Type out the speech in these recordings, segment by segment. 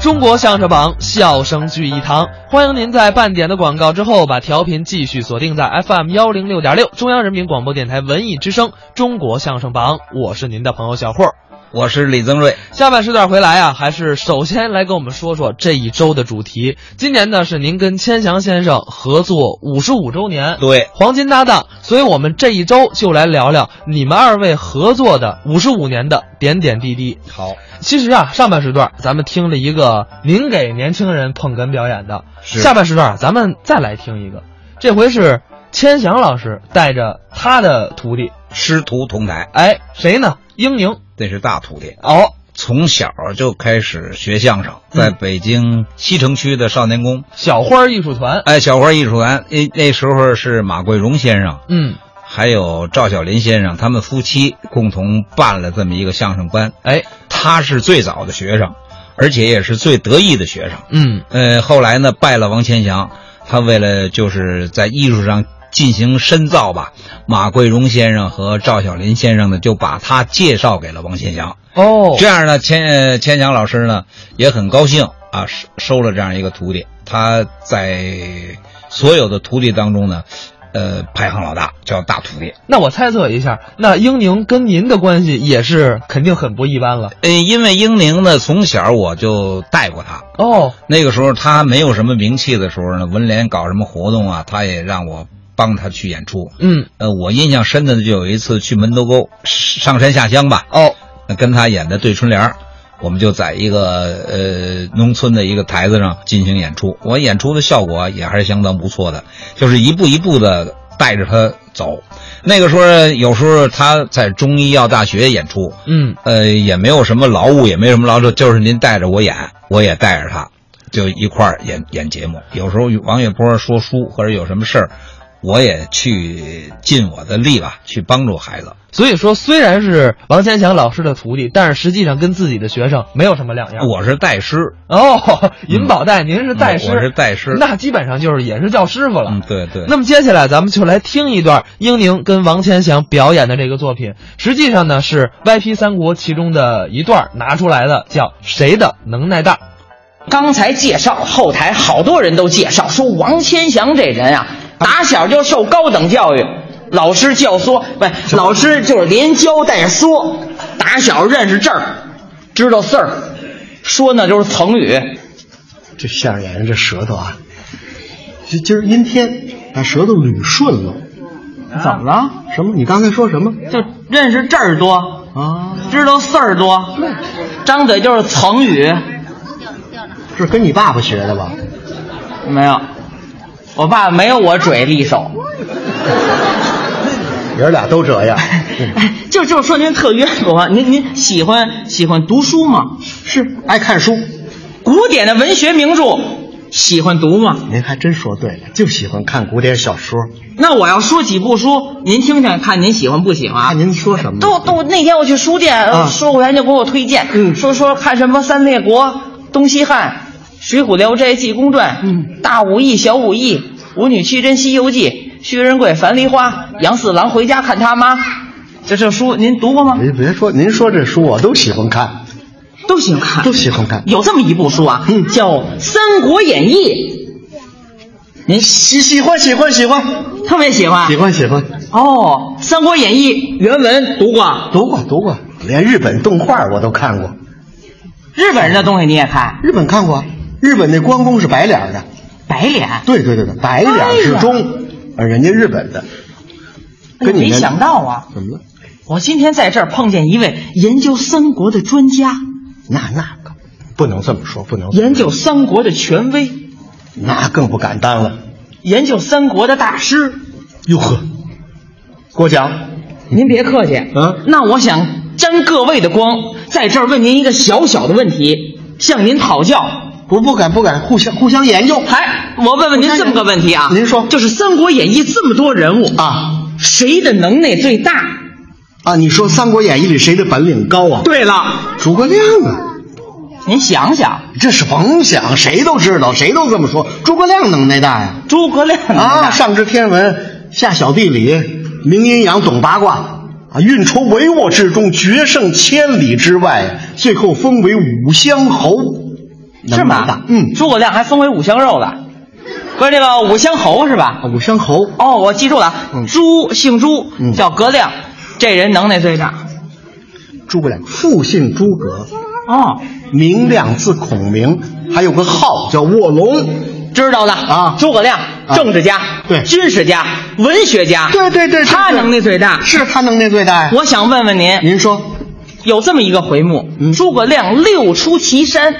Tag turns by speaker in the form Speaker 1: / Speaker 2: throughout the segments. Speaker 1: 中国相声榜，笑声聚一堂。欢迎您在半点的广告之后，把调频继续锁定在 FM 幺零六点六，中央人民广播电台文艺之声《中国相声榜》，我是您的朋友小霍。
Speaker 2: 我是李增瑞。
Speaker 1: 下半时段回来啊，还是首先来跟我们说说这一周的主题。今年呢是您跟千祥先生合作五十五周年，
Speaker 2: 对，
Speaker 1: 黄金搭档，所以我们这一周就来聊聊你们二位合作的五十五年的点点滴滴。
Speaker 2: 好，
Speaker 1: 其实啊，上半时段咱们听了一个您给年轻人捧哏表演的，
Speaker 2: 是
Speaker 1: 下半时段咱们再来听一个，这回是千祥老师带着他的徒弟，
Speaker 2: 师徒同台，
Speaker 1: 哎，谁呢？英宁
Speaker 2: 这是大徒弟，
Speaker 1: 哦，
Speaker 2: 从小就开始学相声，在
Speaker 1: 嗯
Speaker 2: 北京西城区的少年宫，
Speaker 1: 小花艺术团，
Speaker 2: 哎，小花艺术团，那那时候是马桂荣先生，
Speaker 1: 嗯，
Speaker 2: 还有赵小林先生，他们夫妻共同办了这么一个相声班。
Speaker 1: 哎，
Speaker 2: 他是最早的学生，而且也是最得意的学生。
Speaker 1: 嗯，
Speaker 2: 呃，后来呢，拜了王千祥，他为了就是在艺术上进行深造吧，马桂荣先生和赵小林先生呢，就把他介绍给了王千祥。
Speaker 1: 哦，
Speaker 2: 这样呢，千呃千祥老师呢也很高兴啊，收收了这样一个徒弟。他在所有的徒弟当中呢，呃，排行老大，叫大徒弟。
Speaker 1: 那我猜测一下，那英宁跟您的关系也是肯定很不一般了。
Speaker 2: 呃，因为英宁呢，从小我就带过他。
Speaker 1: 哦，
Speaker 2: 那个时候他没有什么名气的时候呢，文联搞什么活动啊，他也让我帮他去演出。
Speaker 1: 嗯，
Speaker 2: 呃，我印象深的就有一次去门头沟上山下乡吧，
Speaker 1: 哦，
Speaker 2: 那跟他演的对春联儿，我们就在一个呃农村的一个台子上进行演出。我演出的效果啊也还是相当不错的，就是一步一步的带着他走。那个时候有时候他在中医药大学演出，
Speaker 1: 嗯，
Speaker 2: 呃，也没有什么劳务，也没什么劳作，就是您带着我演，我也带着他，就一块儿演演节目。有时候王月波说书或者有什么事儿，我也去尽我的力吧，去帮助孩子。
Speaker 1: 所以说虽然是王千祥老师的徒弟，但是实际上跟自己的学生没有什么两样。
Speaker 2: 我是带师，
Speaker 1: 哦， 银宝带，您是带师，
Speaker 2: 嗯我是带师。
Speaker 1: 那基本上就是也是叫师傅了。
Speaker 2: 嗯，对对。
Speaker 1: 那么接下来咱们就来听一段英宁跟王千祥表演的这个作品，实际上呢是 YP 三国其中的一段拿出来的，叫谁的能耐大？
Speaker 3: 刚才介绍后台好多人都介绍说王千祥这人啊，打小就受高等教育，老师教唆，不，老师就是连教带说，打小认识字儿，知道字儿，说呢就是成语。
Speaker 4: 这相声演员这舌头啊，今今儿阴天，把舌头捋顺了。
Speaker 3: 怎么了？
Speaker 4: 什么？你刚才说什么
Speaker 3: 就认识字儿多，
Speaker 4: 啊？
Speaker 3: 知道字儿多，张嘴就是成语。
Speaker 4: 这是跟你爸爸学的吧？
Speaker 3: 没有，我爸没有我嘴利手。
Speaker 4: 爷儿俩都这样。
Speaker 3: 哎，就就说您特冤枉啊，您您喜欢喜欢读书吗？
Speaker 4: 是爱看书，
Speaker 3: 古典的文学名著喜欢读吗？
Speaker 4: 您还真说对了，就喜欢看古典小说。
Speaker 3: 那我要说几部书，您听听看，您喜欢不喜欢
Speaker 4: 啊，
Speaker 3: 啊？
Speaker 4: 您说什么？
Speaker 3: 都都，那天我去书店，
Speaker 4: 啊
Speaker 3: 售货员就给我推荐，
Speaker 4: 嗯
Speaker 3: 说说看什么三列国、东西汉、水浒聊斋、济公传，
Speaker 4: 嗯，
Speaker 3: 大武艺、小武艺、舞女七珍、西游记、薛仁贵、樊梨花、杨四郎回家看他妈，就这书您读过吗？
Speaker 4: 您别说，您说这书我都喜欢看，
Speaker 3: 都喜欢看
Speaker 4: 都，喜欢看。
Speaker 3: 有这么一部书啊，
Speaker 4: 嗯
Speaker 3: 叫《三国演义》，您
Speaker 4: 喜喜欢喜欢喜欢
Speaker 3: 特别喜欢
Speaker 4: 喜。欢喜欢，
Speaker 3: 哦，《三国演义》原文读过，
Speaker 4: 读过读过，连日本动画我都看过，
Speaker 3: 日本人的东西你也看，
Speaker 4: 日本看过，日本那关公是白脸儿的。
Speaker 3: 白脸，
Speaker 4: 对对对对，白脸是
Speaker 3: 哎
Speaker 4: 中，呃，人家日本的，跟你
Speaker 3: 没
Speaker 4: 们
Speaker 3: 想到啊！
Speaker 4: 怎么了？
Speaker 3: 我今天在这儿碰见一位研究三国的专家，
Speaker 4: 那那个不能这么说，不能这么说
Speaker 3: 研究三国的权威，
Speaker 4: 那更不敢当了。
Speaker 3: 研究三国的大师。
Speaker 4: 哟呵，郭讲，
Speaker 3: 您别客气，
Speaker 4: 嗯
Speaker 3: 那我想沾各位的光，在这儿问您一个小小的问题，向您讨教。
Speaker 4: 不不敢不敢，互相互相研究
Speaker 3: 哎，我问问您这么个问题啊，
Speaker 4: 您说
Speaker 3: 就是《三国演义》这么多人物，
Speaker 4: 啊
Speaker 3: 谁的能耐最大？
Speaker 4: 啊！你说《三国演义》里谁的本领高啊？，
Speaker 3: 对了，
Speaker 4: 诸葛亮啊，
Speaker 3: 您想想，
Speaker 4: 这是甭想，谁都知道，谁都这么说，诸葛亮能耐大呀！
Speaker 3: 诸葛亮
Speaker 4: 啊，
Speaker 3: 啊，
Speaker 4: 上知天文，下晓地理，明阴阳，懂八卦，啊，运筹帷幄之中，决胜千里之外，最后封为五香侯，
Speaker 3: 是
Speaker 4: 能
Speaker 3: 吗
Speaker 4: 大？嗯，
Speaker 3: 诸葛亮还封为五香肉了，不是这个五香侯是吧
Speaker 4: 啊？五香侯，
Speaker 3: 哦，我记住了，
Speaker 4: 嗯
Speaker 3: 朱姓朱，
Speaker 4: 嗯
Speaker 3: 叫葛亮，这人能耐最大。
Speaker 4: 诸葛亮，复姓诸葛，
Speaker 3: 哦，
Speaker 4: 明亮，字孔明，还有个号叫卧龙。
Speaker 3: 知道的
Speaker 4: 啊
Speaker 3: 诸葛亮
Speaker 4: 啊
Speaker 3: 政治家，
Speaker 4: 对
Speaker 3: 军事家，文学家，
Speaker 4: 对对对，对
Speaker 3: 他
Speaker 4: 对
Speaker 3: 能力最大。
Speaker 4: 是他能力最大呀。
Speaker 3: 我想问问您，
Speaker 4: 您说，
Speaker 3: 有这么一个回目，
Speaker 4: 嗯
Speaker 3: 诸葛亮六出祁山，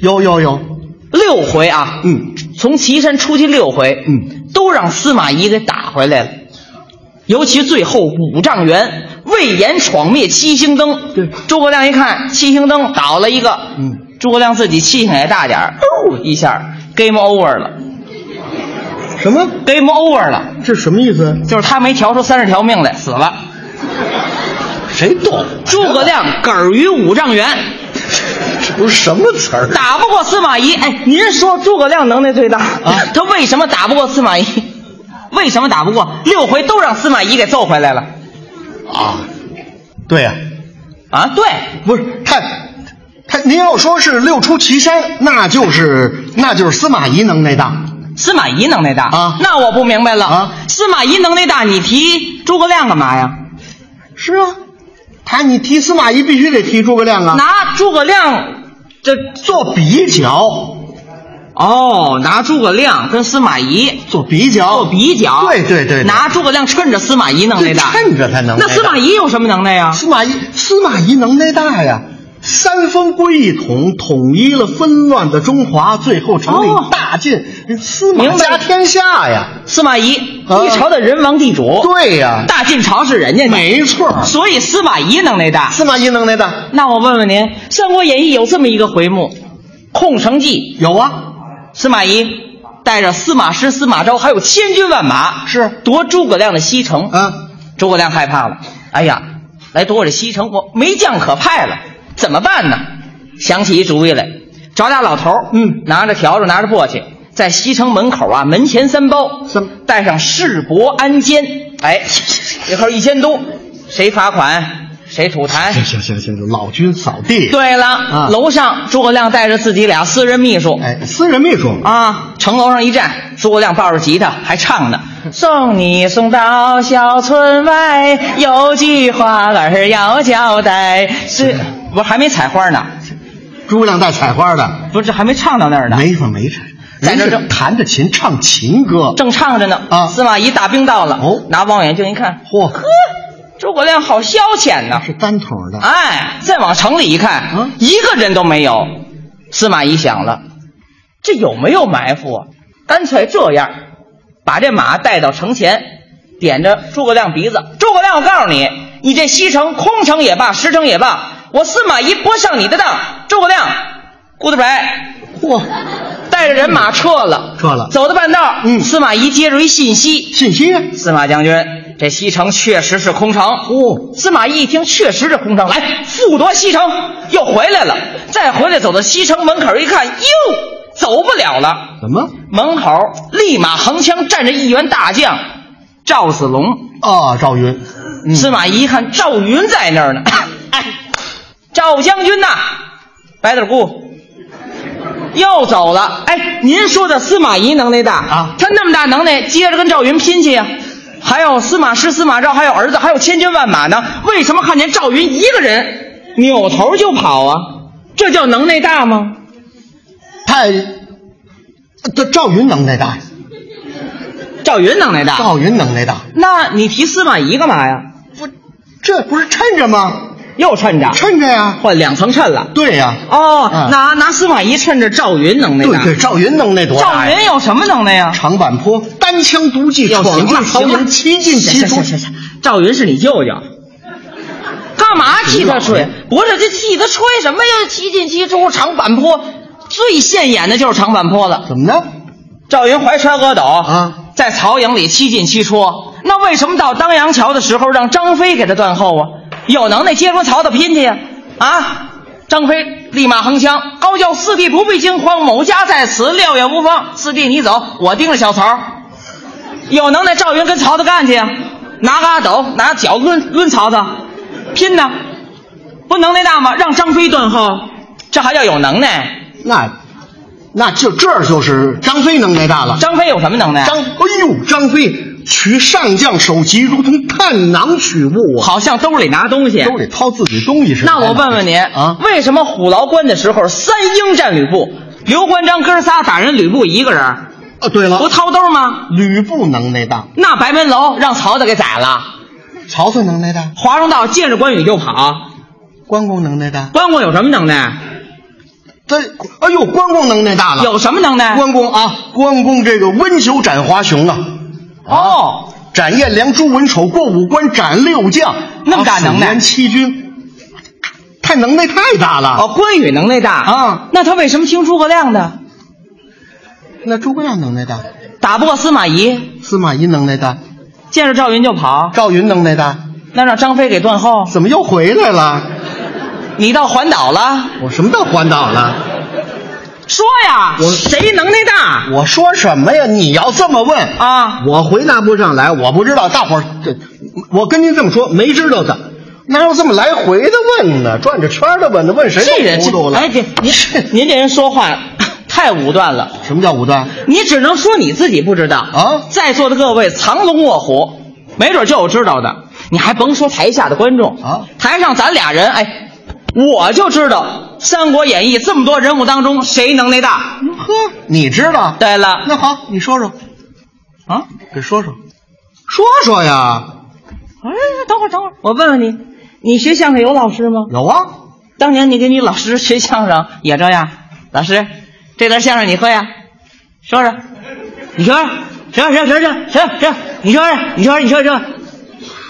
Speaker 4: 有有有，
Speaker 3: 六回啊，
Speaker 4: 嗯，
Speaker 3: 从祁山出去六回，
Speaker 4: 嗯，
Speaker 3: 都让司马懿给打回来了。尤其最后五丈原，魏延闯灭七星灯。
Speaker 4: 对
Speaker 3: 诸葛亮一看七星灯倒了一个，
Speaker 4: 嗯，
Speaker 3: 诸葛亮自己气性也大点儿，哦一下 game over 了
Speaker 4: 什么？
Speaker 3: ，game over 了，
Speaker 4: 这什么意思？
Speaker 3: 就是他没调出三十条命来，死 了。
Speaker 4: 谁懂？
Speaker 3: 诸葛亮艮于五丈原，
Speaker 4: 这不是什么词儿？
Speaker 3: 打不过司马懿。哎，您说诸葛亮能耐最大啊？他为什么打不过司马懿？为什么打不过？六回都让司马懿给揍回来了
Speaker 4: 啊？对呀、
Speaker 3: 啊？对，
Speaker 4: 不是他，他您要说是六出祁山，那就是那就是司马懿能耐大。
Speaker 3: 司马懿能耐大
Speaker 4: 啊
Speaker 3: 那我不明白了
Speaker 4: 啊
Speaker 3: 司马懿能耐大，你提诸葛亮干嘛呀？
Speaker 4: 是啊，他你提司马懿必须得提诸葛亮啊，
Speaker 3: 拿诸葛亮这
Speaker 4: 做比较，
Speaker 3: 哦，拿诸葛亮跟司马懿
Speaker 4: 做比较，
Speaker 3: 做比较，
Speaker 4: 哦对对对对
Speaker 3: 拿诸葛亮趁着司马懿能耐大，
Speaker 4: 对趁着他能耐大
Speaker 3: 那司马懿有什么能耐呀？
Speaker 4: 司马懿，司马懿能耐大呀。三分归一统，统一了纷乱的中华，最后成
Speaker 3: 哦
Speaker 4: 立大晋，司马
Speaker 3: 明白
Speaker 4: 家天下呀。
Speaker 3: 司马懿
Speaker 4: 啊
Speaker 3: 一朝的人王地主，
Speaker 4: 对呀、
Speaker 3: 大晋朝是人家的，
Speaker 4: 没错儿
Speaker 3: 所以司马懿能耐大。
Speaker 4: 司马懿能耐大，
Speaker 3: 那我问问您，《三国演义》有这么一个回目，《空城计
Speaker 4: 有啊，》，
Speaker 3: 司马懿带着司马师、司马昭还有千军万马，
Speaker 4: 是
Speaker 3: 夺诸葛亮的西城。
Speaker 4: 啊，
Speaker 3: 诸葛亮害怕了，哎呀，来夺我这西城，我没将可派了，怎么办呢？想起一主意来，找俩老头儿
Speaker 4: 嗯
Speaker 3: 拿着笤帚，拿着簸箕，在西城门口啊，门前三包，
Speaker 4: 三
Speaker 3: 带上世帛安监，哎，一块一监督，谁罚款谁吐痰。
Speaker 4: 行行行行，老君扫地。，
Speaker 3: 哎对了，
Speaker 4: 啊
Speaker 3: 楼上诸葛亮带着自己俩私人秘书，
Speaker 4: 哎，私人秘书
Speaker 3: 啊，城楼上一站，诸葛亮抱着吉他还唱 呢。送你送到小村外，有句话儿要交代，是不是还没采花呢？
Speaker 4: 诸葛亮带采花的，
Speaker 3: 不是还没唱到那儿呢？
Speaker 4: 没法没采，
Speaker 3: 在这儿
Speaker 4: 人家
Speaker 3: 正
Speaker 4: 弹着琴唱秦歌。
Speaker 3: 正唱着呢。
Speaker 4: 啊
Speaker 3: 司马懿大兵到了，
Speaker 4: 哦
Speaker 3: 拿望远镜一看，
Speaker 4: 嚯，
Speaker 3: 诸葛亮好消遣呐。
Speaker 4: 是单筒的。
Speaker 3: 哎，再往城里一看，
Speaker 4: 嗯
Speaker 3: 一个人都没有。司马懿想了，这有没有埋伏啊？干脆这样，把这马带到城前，点着诸葛亮鼻子。诸葛亮，我告诉你，你这西城空城也罢，实城也罢，我司马懿不上你的当。诸葛亮，顾德白
Speaker 4: 嚯，嗯
Speaker 3: 带着人马撤了，
Speaker 4: 撤了
Speaker 3: 走到半道，
Speaker 4: 嗯
Speaker 3: 司马懿接着一信息，
Speaker 4: 信息啊
Speaker 3: 司马将军，这西城确实是空城。
Speaker 4: 哦
Speaker 3: 司马懿一听，确实是空城，来复夺西城，又回来了。再回来走到西城门口一看，哟，走不了了。
Speaker 4: 怎么？
Speaker 3: 门口立马横枪站着一员大将，赵子龙。
Speaker 4: 啊，赵云，嗯
Speaker 3: 司马懿一看赵云在那儿 呢，哎，赵将军呐，白子 姑。又走了，哎，您说的司马懿能耐大
Speaker 4: 啊
Speaker 3: 他那么大能耐，接着跟赵云拼去呀、还有司马师、司马昭，还有儿子，还有千军万马呢。为什么看见赵云一个人扭头就跑啊？这叫能耐大吗？
Speaker 4: 太，这赵云能耐大，
Speaker 3: 赵云能耐大，
Speaker 4: 赵云能耐大，
Speaker 3: 那你提司马懿干嘛呀？
Speaker 4: 这不是趁着吗？
Speaker 3: 又趁着
Speaker 4: 趁着呀，
Speaker 3: 换两层衬了。
Speaker 4: 对呀，
Speaker 3: 哦，
Speaker 4: 嗯
Speaker 3: 拿拿司马懿趁着赵云能耐
Speaker 4: 对
Speaker 3: 大。
Speaker 4: 对，赵云能耐多
Speaker 3: 赵
Speaker 4: 大呀？
Speaker 3: 云有什么能耐呀？
Speaker 4: 长坂坡单枪独骑
Speaker 3: 要
Speaker 4: 闯
Speaker 3: 行
Speaker 4: 进
Speaker 3: 了，
Speaker 4: 曹
Speaker 3: 行了，
Speaker 4: 营，七进七出
Speaker 3: 行。行行行，赵云是你舅舅，干嘛替他吹？不是这替他吹什么呀？七进七出，长坂坡，最现眼的就是长坂坡了。
Speaker 4: 怎么呢？
Speaker 3: 赵云怀揣阿斗
Speaker 4: 啊，
Speaker 3: 在曹营里七进七出，那为什么到当阳桥的时候让张飞给他断后啊？有能耐接着跟曹操拼去呀！啊！张飞立马横枪，高叫：“四弟不必惊慌，某家在此，料也无妨。四弟你走，我盯着小曹。”有能耐，赵云跟曹操干去呀！拿阿斗拿脚抡抡曹操，拼呢，不能耐大吗？让张飞断后，这还叫有能耐？
Speaker 4: 那那就这就是张飞能耐大了。
Speaker 3: 张飞有什么能耐？啊
Speaker 4: 张，哎呦，张飞取上将首级如同探囊取物啊，
Speaker 3: 好像兜里拿东西。
Speaker 4: 兜里掏自己东西似的。
Speaker 3: 那我问问您
Speaker 4: 啊，
Speaker 3: 为什么虎牢关的时候三英战吕布，刘关张哥仨打人吕布一个人，
Speaker 4: 啊，对了
Speaker 3: 不，掏兜吗？
Speaker 4: 吕布能耐大，
Speaker 3: 那白门楼让曹操给宰了，
Speaker 4: 曹操能耐大，
Speaker 3: 华容道见着关羽就跑，
Speaker 4: 关公能耐大，
Speaker 3: 关公有什么能耐？
Speaker 4: 这哎呦，关公能耐大了。
Speaker 3: 有什么能耐？
Speaker 4: 关公啊，关公这个温酒斩华雄啊，
Speaker 3: 哦，
Speaker 4: 斩颜良、诛文丑、过五关，斩六将，
Speaker 3: 那么大能耐
Speaker 4: 啊蜀燕七军，太能耐太大了。
Speaker 3: 哦，关羽能耐大
Speaker 4: 啊，
Speaker 3: 那他为什么听诸葛亮的？
Speaker 4: 那诸葛亮能耐大，
Speaker 3: 打不过司马懿，
Speaker 4: 司马懿能耐大，
Speaker 3: 见着赵云就跑，
Speaker 4: 赵云能耐大，
Speaker 3: 那让张飞给断后。
Speaker 4: 怎么又回来了？
Speaker 3: 你到环岛了，
Speaker 4: 我什么到环岛了？
Speaker 3: 说呀，
Speaker 4: 我
Speaker 3: 谁能耐大
Speaker 4: 我说什么呀？你要这么问，
Speaker 3: 啊？
Speaker 4: 我回答不上来，我不知道。大伙儿，这我跟您这么说，没知道的，哪有这么来回的问呢？转着圈儿的问的，问谁
Speaker 3: 这人
Speaker 4: 都
Speaker 3: 这
Speaker 4: 糊涂了。
Speaker 3: 哎，这您您这人说话太武断了，
Speaker 4: 什么叫武啊断？
Speaker 3: 你只能说你自己不知道
Speaker 4: 啊
Speaker 3: 在座的各位藏龙卧虎，没准就有知道的。你还甭说台下的观众
Speaker 4: 啊
Speaker 3: 台上咱俩人，哎，我就知道《三国演义》这么多人物当中谁能耐大。
Speaker 4: 呵，你知道？
Speaker 3: 对了，
Speaker 4: 那好，你说说，
Speaker 3: 啊，
Speaker 4: 给说说，说说呀。
Speaker 3: 哎，等会儿等会儿，我问问你，你学相声有老师吗？
Speaker 4: 有啊，
Speaker 3: 当年你跟你老师学相声也这样，老师，这段相声你会呀？说说，你说说，说说说说说说，你说说，你说说，你说说，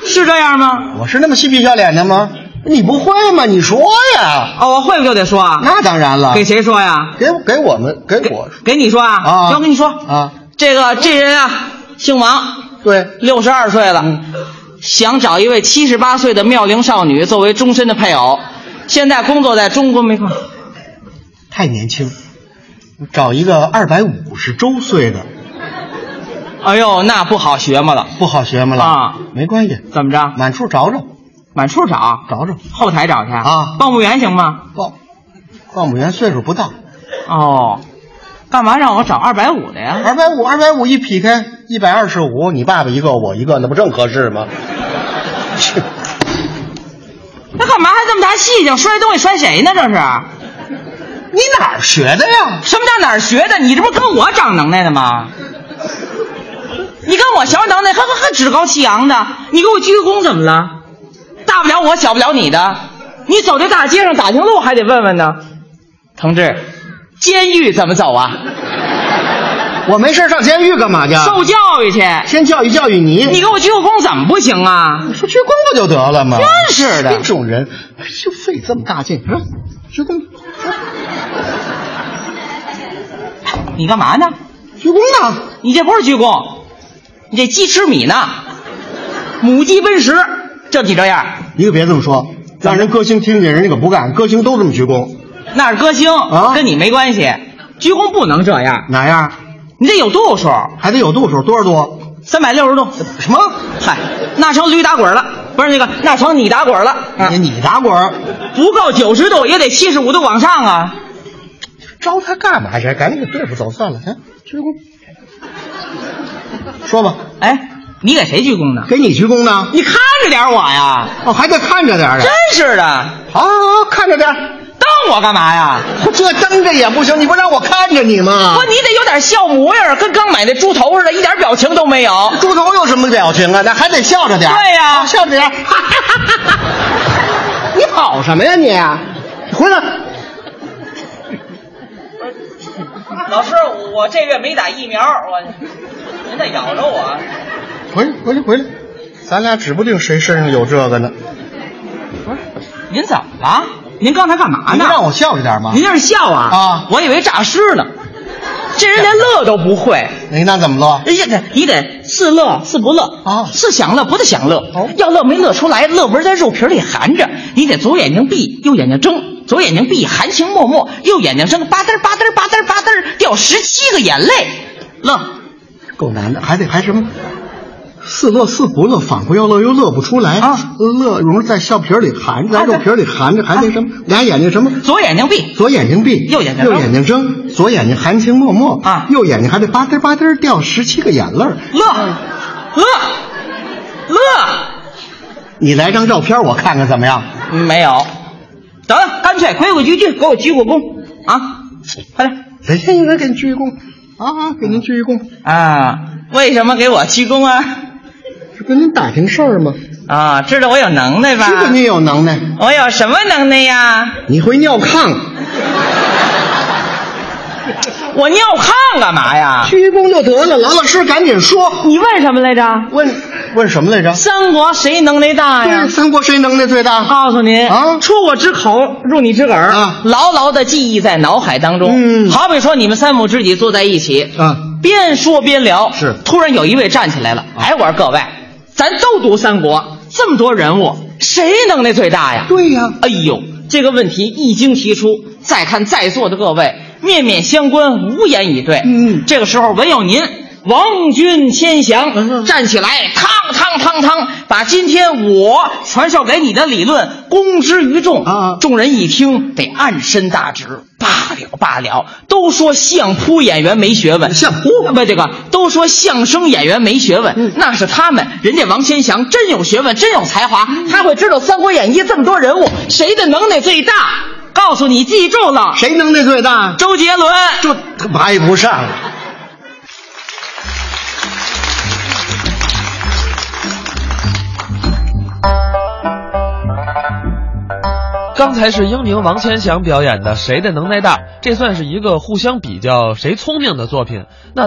Speaker 3: 是这样吗？
Speaker 4: 我是那么嬉皮笑脸的吗？你不会吗？你说呀。
Speaker 3: 哦，我会不就得说啊？
Speaker 4: 那当然了，
Speaker 3: 给谁说呀？
Speaker 4: 给给我们给我
Speaker 3: 给你说啊？
Speaker 4: 啊，
Speaker 3: 行我跟你说，
Speaker 4: 啊，
Speaker 3: 这个这人啊，姓王，
Speaker 4: 对，
Speaker 3: 六十二岁了，
Speaker 4: 嗯
Speaker 3: 想找一位七十八岁的妙龄少女作为终身的配偶，现在工作在中国煤矿。
Speaker 4: 太年轻，找一个二百五十周岁的
Speaker 3: 哎呦，那不好学嘛了，
Speaker 4: 不好学嘛了
Speaker 3: 啊，
Speaker 4: 没关系，
Speaker 3: 怎么着？
Speaker 4: 满处找找
Speaker 3: 满处找，啊
Speaker 4: 找找，
Speaker 3: 后台找去
Speaker 4: 啊
Speaker 3: 报幕员行吗？
Speaker 4: 报报幕员岁数不大，
Speaker 3: 哦，干嘛让我找二百五的呀？
Speaker 4: 二百五二百五一劈开一百二十五，你爸爸一个我一个，那不正合适吗？去，
Speaker 3: 那干嘛还这么大气性？摔东西摔谁呢？这是
Speaker 4: 你哪儿学的呀？
Speaker 3: 什么叫哪儿学的？你这不跟我长能耐的吗？你跟我学能耐，还还还趾高气扬的，你给我鞠个躬怎么了？大不了我小不了你的，你走这大街上打听路还得问问呢。同志，监狱怎么走啊？
Speaker 4: 我没事上监狱干嘛去？
Speaker 3: 受教育去。
Speaker 4: 先教育教育你，
Speaker 3: 你给我鞠个躬怎么不行啊？
Speaker 4: 说鞠躬不就得了吗？
Speaker 3: 真是的
Speaker 4: 这种人哎就费这么大劲，是吧？鞠躬，
Speaker 3: 你干嘛呢？
Speaker 4: 鞠躬呢？
Speaker 3: 你这不是鞠躬，你这鸡吃米呢，母鸡奔食，就你这样，
Speaker 4: 你可别这么说，让人歌星听见，人家可不干。歌星都这么鞠躬，
Speaker 3: 那是歌星，
Speaker 4: 啊
Speaker 3: 跟你没关系。鞠躬不能这样，
Speaker 4: 哪样？
Speaker 3: 你得有度数，
Speaker 4: 还得有度数，多少度？
Speaker 3: 三百六十度。
Speaker 4: 什么？
Speaker 3: 嗨，那成驴打滚了，不是那个，那成你打滚了，啊
Speaker 4: 你你打滚儿，
Speaker 3: 不够九十度也得七十五度往上啊。
Speaker 4: 招他干嘛去？赶紧给对付走算了，行，鞠躬。说吧，
Speaker 3: 哎，你给谁鞠躬呢？
Speaker 4: 给你鞠躬呢？
Speaker 3: 你看着点我呀，
Speaker 4: 哦，还得看着点儿
Speaker 3: 真
Speaker 4: 的。
Speaker 3: 是的，
Speaker 4: 好好好，看着点儿。
Speaker 3: 瞪我干嘛呀？
Speaker 4: 这蹬着也不行，你不让我看着你吗
Speaker 3: 不，？你得有点笑模样，跟刚买那猪头似的，一点表情都没有。
Speaker 4: 猪头有什么表情啊？那还得笑着点儿
Speaker 3: 对呀
Speaker 4: 啊笑着点儿。你好什么呀你？回来。
Speaker 3: 老师，我这月没打疫苗，我您得咬着我。
Speaker 4: 回来，回来，回来！咱俩指不定谁身上有这个呢。
Speaker 3: 您怎么了？您刚才干嘛
Speaker 4: 你
Speaker 3: 呢？
Speaker 4: 不让我笑着点吗？
Speaker 3: 您这是笑啊？
Speaker 4: 啊
Speaker 3: 我以为诈尸呢。这人连乐都不会，
Speaker 4: 你哎那怎么了？
Speaker 3: 人家得哎你得似乐似不乐
Speaker 4: 啊
Speaker 3: 似享乐不得享乐，
Speaker 4: 哦
Speaker 3: 要乐没乐出来，乐纹在肉皮里含着，你得左眼睛闭，右眼睛睁，左眼睛闭含情脉脉，右眼睛睁吧嗒吧嗒吧嗒吧嗒掉十七个眼泪，乐。
Speaker 4: 够难的，还得还什么？似乐似不乐，反过又乐又乐不出来
Speaker 3: 啊
Speaker 4: 乐容在笑皮儿里含，在
Speaker 3: 啊
Speaker 4: 肉
Speaker 3: 对
Speaker 4: 皮儿里含着，还那什么，俩眼睛什么？
Speaker 3: 左眼睛闭，
Speaker 4: 左眼睛闭，
Speaker 3: 右眼睛
Speaker 4: 啊右
Speaker 3: 睁
Speaker 4: 眼睛睁，左眼睛含情脉脉
Speaker 3: 啊
Speaker 4: 右眼睛还得吧嗒吧嗒掉十七个眼泪儿。
Speaker 3: 乐，乐，乐，
Speaker 4: 你来张照片，我看看怎么样？
Speaker 3: 没有。得了，干脆规规矩矩给我鞠个躬啊！快点
Speaker 4: 谁先哎有人给你鞠一躬啊？给您鞠一躬，
Speaker 3: 啊！为什么给我鞠躬啊？
Speaker 4: 是跟您打听事儿吗？
Speaker 3: 啊，知道我有能耐吧？
Speaker 4: 知道你有能耐，
Speaker 3: 我有什么能耐呀？
Speaker 4: 你会尿炕，
Speaker 3: 我尿炕干嘛呀？
Speaker 4: 鞠一躬就得了。老老实实赶紧说，
Speaker 3: 你问什么来着？
Speaker 4: 问问什么来着？
Speaker 3: 三国谁能耐大呀
Speaker 4: 对，？三国谁能耐最大？
Speaker 3: 告诉您
Speaker 4: 啊
Speaker 3: 出我之口，入你之耳，
Speaker 4: 啊
Speaker 3: 牢牢的记忆在脑海当中。
Speaker 4: 嗯
Speaker 3: 好比说你们三五知己坐在一起，
Speaker 4: 啊，
Speaker 3: 边说边聊，
Speaker 4: 是
Speaker 3: 突然有一位站起来了，哎，我说各位，咱都读三国，这么多人物，谁能耐最大呀？
Speaker 4: 对呀、
Speaker 3: 哎呦，这个问题一经提出，再看在座的各位面面相关，无言以对。
Speaker 4: 嗯
Speaker 3: 这个时候唯有您王君千祥、
Speaker 4: 嗯
Speaker 3: 站起来，嘡嘡嘡嘡，把今天我传授给你的理论公之于众。
Speaker 4: 啊
Speaker 3: 众人一听得暗伸大指，罢了罢了，都说相扑演员没学问，
Speaker 4: 相扑
Speaker 3: 不这个都说相声演员没学问，
Speaker 4: 嗯
Speaker 3: 那是他们，人家王千祥真有学问，真有才华，
Speaker 4: 嗯
Speaker 3: 他会知道《三国演义》这么多人物，谁的能耐最大？告诉你，记住了，
Speaker 4: 谁能耐最大？
Speaker 3: 周杰伦。
Speaker 4: 这他排不上了。
Speaker 1: 刚才是英宁、王千祥表演的《谁的能耐大》，这算是一个互相比较谁聪明的作品。那